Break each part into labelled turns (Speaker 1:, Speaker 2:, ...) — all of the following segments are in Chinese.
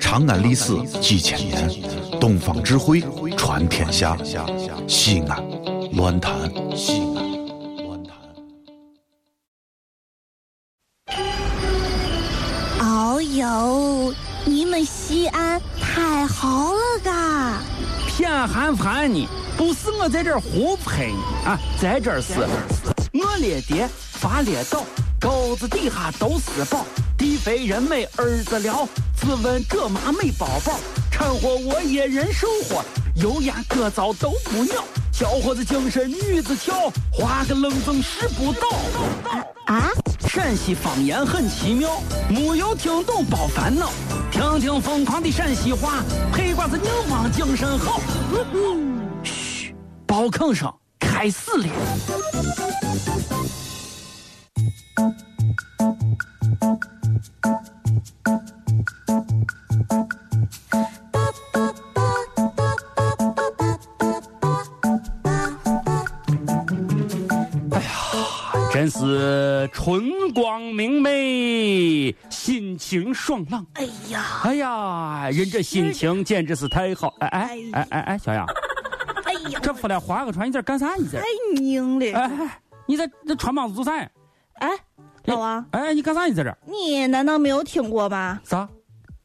Speaker 1: 长安历史几千年，东方智慧传天下。西安，乱谈西安，乱
Speaker 2: 谈。哦呦，你们西安太好了嘎！
Speaker 3: 偏寒寒你，不是我在这胡喷你啊，在这是我列爹发列倒，沟子底下都是宝。地肥人美儿子了，自问这妈没宝宝，掺和我也人生活，油盐各糟都不尿，小伙子精神女子俏，花个愣风拾不到。
Speaker 2: 啊！
Speaker 3: 陕西方言很奇妙，没有听懂别烦恼，听听疯狂的陕西话，黑瓜子硬邦精神好。嘘、嗯，包吭声开始了。真是春光明媚，心情爽朗。
Speaker 2: 哎呀，
Speaker 3: 哎呀，人这心情简直是太好！哎哎哎哎哎，小杨，
Speaker 2: 哎呀，
Speaker 3: 这破了划个船，你在干啥？你这
Speaker 2: 太拧了！
Speaker 3: 哎哎，你在这船帮子做啥呀？
Speaker 2: 哎，老王，
Speaker 3: 哎，你干啥？你在这？
Speaker 2: 你难道没有听过吗？
Speaker 3: 啥？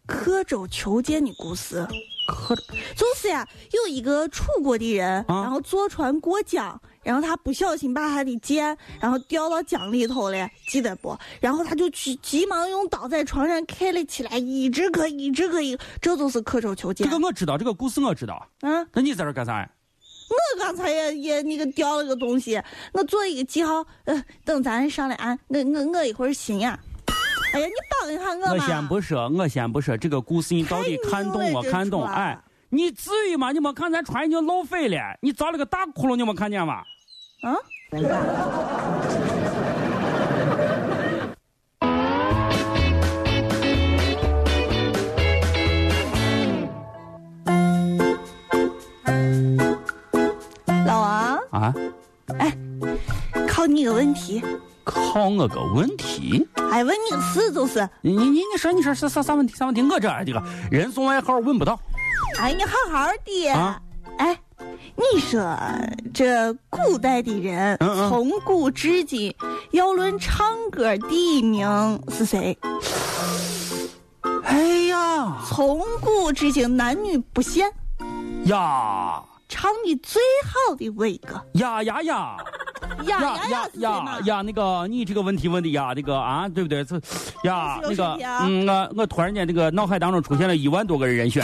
Speaker 2: 刻舟求剑的故事。
Speaker 3: 刻
Speaker 2: 就是呀，有一个楚国的人，啊、然后坐船过江。然后他不小心把他的剑，然后掉到江里头了，记得不？然后他就去急忙用刀在床上开了起来，一直割，一直割，一这就是刻舟求剑。
Speaker 3: 这个我知道，这个故事我知道。啊
Speaker 2: 嗯，
Speaker 3: 那你在这干啥呀？
Speaker 2: 我刚才也也那个掉了个东西，我做一个记号，呃，等咱上来俺，我我我一会儿寻呀。哎呀，你帮一下我嘛！
Speaker 3: 我先不说，我先不说这个故事，你到底看懂没看懂？哎。你至于吗？你没看咱船已经漏水了，你凿了个大窟窿，你没看见吗？
Speaker 2: 啊！老王
Speaker 3: 啊！
Speaker 2: 哎，考你个问题。
Speaker 3: 考我个问题？
Speaker 2: 哎，问你个事就是。
Speaker 3: 你你你说你说啥啥啥问题啥问题？我这这个人送外号问不到。
Speaker 2: 哎，你好好的。啊、哎，你说这古代的人、嗯嗯、从古至今，要论唱歌第一名是谁？
Speaker 3: 哎呀，
Speaker 2: 从古至今男女不限。
Speaker 3: 呀，
Speaker 2: 唱的最好的伟哥。
Speaker 3: 呀 呀呀！
Speaker 2: 呀呀
Speaker 3: 呀呀！那个，你这个问题问的呀，这个啊，对不对？这呀，那个，嗯，我我突然间这个脑海当中出现了一万多个人选。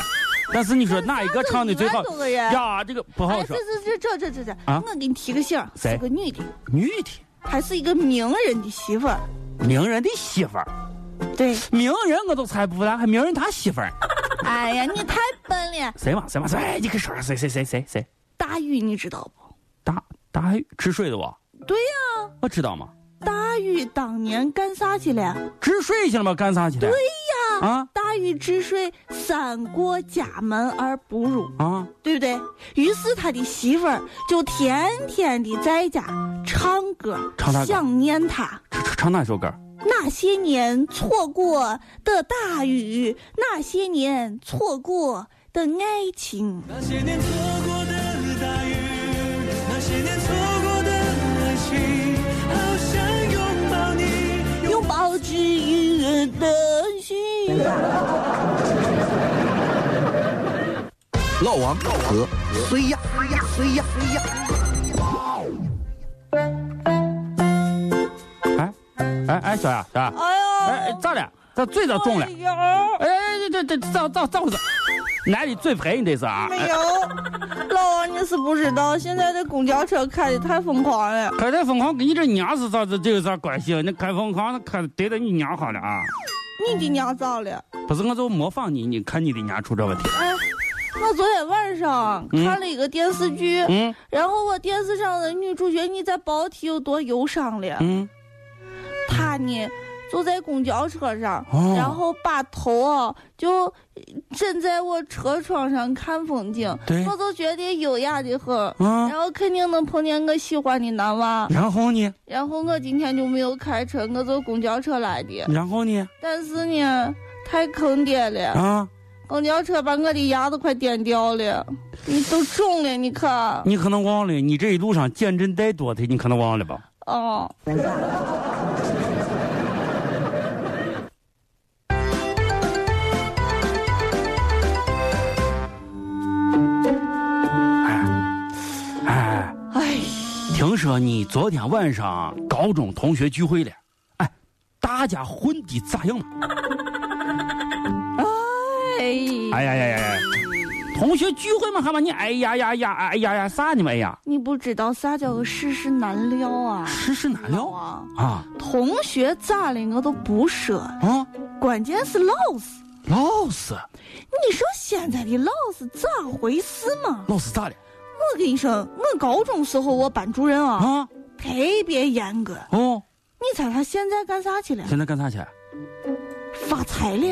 Speaker 3: 但是你说哪一个唱的最好？呀，这个不好说。
Speaker 2: 哎这这这这这这啊！我给你提个醒，是个女的，
Speaker 3: 女的，
Speaker 2: 还是一个名人的媳妇儿。
Speaker 3: 名人的媳妇儿，
Speaker 2: 对，
Speaker 3: 名人我都猜不出来，还名人他媳妇儿。
Speaker 2: 哎呀，你太笨了！
Speaker 3: 谁嘛谁嘛谁？哎，你可说谁谁谁谁谁？
Speaker 2: 大禹，你知道不？
Speaker 3: 大大禹治水的不？
Speaker 2: 对呀。
Speaker 3: 我知道嘛。
Speaker 2: 大禹当年干啥去了？
Speaker 3: 治水去了嘛？干啥去了？
Speaker 2: 对呀。
Speaker 3: 啊。
Speaker 2: 大禹治水，三过家门而不入
Speaker 3: 啊，
Speaker 2: 对不对？于是他的媳妇儿就天天的在家唱歌，
Speaker 3: 唱他
Speaker 2: 想念他。
Speaker 3: 唱唱哪首歌？
Speaker 2: 那些年错过的大雨，那些年错过的爱情。
Speaker 4: 那些年错过的大雨，那些年错过的爱情，好想拥抱你，
Speaker 2: 拥抱治愈的心。
Speaker 1: 老王和谁呀？谁呀？谁呀？谁呀？
Speaker 3: 哎哎哎，小雅，小雅，
Speaker 2: 哎
Speaker 3: 哎，咋了？咋嘴咋肿了？哎，这这咋咋咋回事？男的嘴赔你这是啊？
Speaker 2: 没有，老王你是不知道，现在这公交车开的太疯狂了。
Speaker 3: 开太疯狂跟你这娘是啥子这有啥关系？那开疯狂那开得的你娘好了啊！
Speaker 2: 你的娘咋了？
Speaker 3: 不是，我就模仿你，你看你的娘出这问题。
Speaker 2: 哎，我昨天晚上看了一个电视剧，
Speaker 3: 嗯，
Speaker 2: 然后我电视上的女主角你在包体有多忧伤了，
Speaker 3: 嗯，
Speaker 2: 她呢就在公交车上，
Speaker 3: 哦、
Speaker 2: 然后把头啊就枕在我车窗上看风景，
Speaker 3: 嗯
Speaker 2: 我就觉得优雅的很，
Speaker 3: 啊、
Speaker 2: 然后肯定能碰见我喜欢的男娃。
Speaker 3: 然后呢？
Speaker 2: 然后我今天就没有开车，我坐公交车来的。
Speaker 3: 然后呢？
Speaker 2: 但是呢。太坑爹了
Speaker 3: 啊！
Speaker 2: 公交车把我的牙都快点掉了，你都肿了，你看。
Speaker 3: 你可能忘了，你这一路上减震带多的，你可能忘了吧？
Speaker 2: 哦，
Speaker 3: 哎，
Speaker 2: 哎，
Speaker 3: 听说你昨天晚上高中同学聚会了，哎，大家混的咋样了？
Speaker 2: 哎，
Speaker 3: 哎呀呀呀呀！同学聚会嘛，还把你哎呀呀呀哎呀呀啥呢嘛哎呀，
Speaker 2: 你不知道啥叫个世事难料啊！
Speaker 3: 世事难料啊
Speaker 2: 啊，
Speaker 3: 啊
Speaker 2: 同学咋了我都不说，
Speaker 3: 啊！
Speaker 2: 关键是老师。
Speaker 3: 老师，
Speaker 2: 你说现在的老师咋回事嘛？
Speaker 3: 老师咋了？
Speaker 2: 我跟你说，我高中时候我班主任啊
Speaker 3: 啊
Speaker 2: 特别严格，
Speaker 3: 哦，
Speaker 2: 你猜他现在干啥去了？
Speaker 3: 现在干啥去？
Speaker 2: 发财了，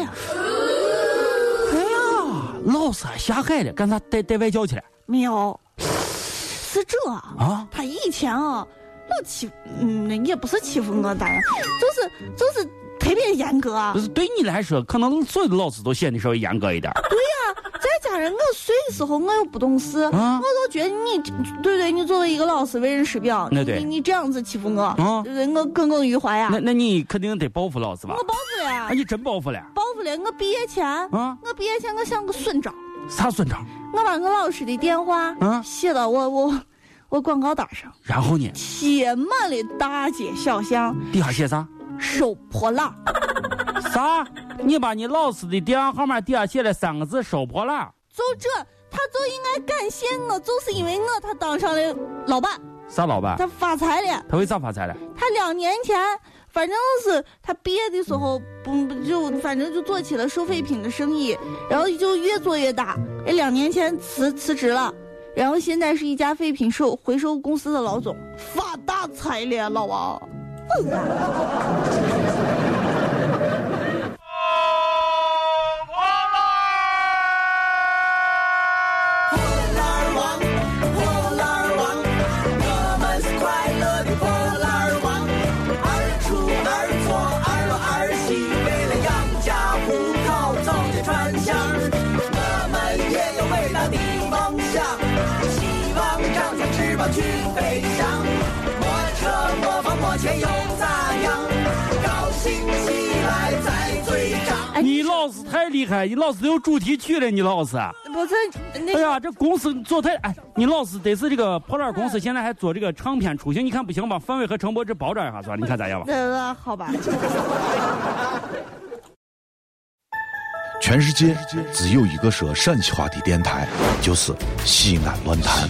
Speaker 3: 哎呀，老师下海了，干啥带带外教去了？
Speaker 2: 没有？是这啊
Speaker 3: 啊
Speaker 2: 他以前啊老欺，嗯，也不是欺负我，当然就是就是特别严格啊
Speaker 3: 不。是对你来说，可能所有的老师都显得稍微严格一点儿。
Speaker 2: 再加上我睡的时候我又不懂事，
Speaker 3: 啊
Speaker 2: 我都觉得你对对，你作为一个老师为人师表，
Speaker 3: 那
Speaker 2: 你
Speaker 3: 对
Speaker 2: 你你这样子欺负我，
Speaker 3: 啊
Speaker 2: 对不对？我耿耿于怀呀
Speaker 3: 那，那你肯定得报复老师吧
Speaker 2: 我？报复了呀
Speaker 3: 哎，，你真报复了
Speaker 2: 报复了。我毕业前，
Speaker 3: 啊？
Speaker 2: 我毕业前我像个损招，
Speaker 3: 啥损招？
Speaker 2: 我把我老师的电话
Speaker 3: 啊
Speaker 2: 写到我我我广告单上，
Speaker 3: 然后呢？
Speaker 2: 写满了大街小巷，
Speaker 3: 底下写 啥？
Speaker 2: 收破烂。
Speaker 3: 啥？你把你老师的电话号码底下写了三个字“收破烂
Speaker 2: 就这，他就应该感谢我，就是因为我，他当上了老板，”，
Speaker 3: 啥老板？
Speaker 2: 他发财了。
Speaker 3: 他为啥发财了？
Speaker 2: 他两年前，反正是他毕业的时候，不不就反正就做起了收废品的生意，然后就越做越大。哎，两年前辞辞职了，然后现在是一家废品收回收公司的老总，发大财了，老王。哎
Speaker 3: 你老师太厉害，你老师都有主题曲了，你老啊师。
Speaker 2: 不是那
Speaker 3: 哎呀，这公司做太哎，你老师得是这个破烂公司，现在还做这个唱片出行，你看不行吧？范伟和程博这包装一下算，你看咋样吧？
Speaker 2: 呃好吧，
Speaker 1: 全世界只有一个说陕西话的电台，就是西安乱坛。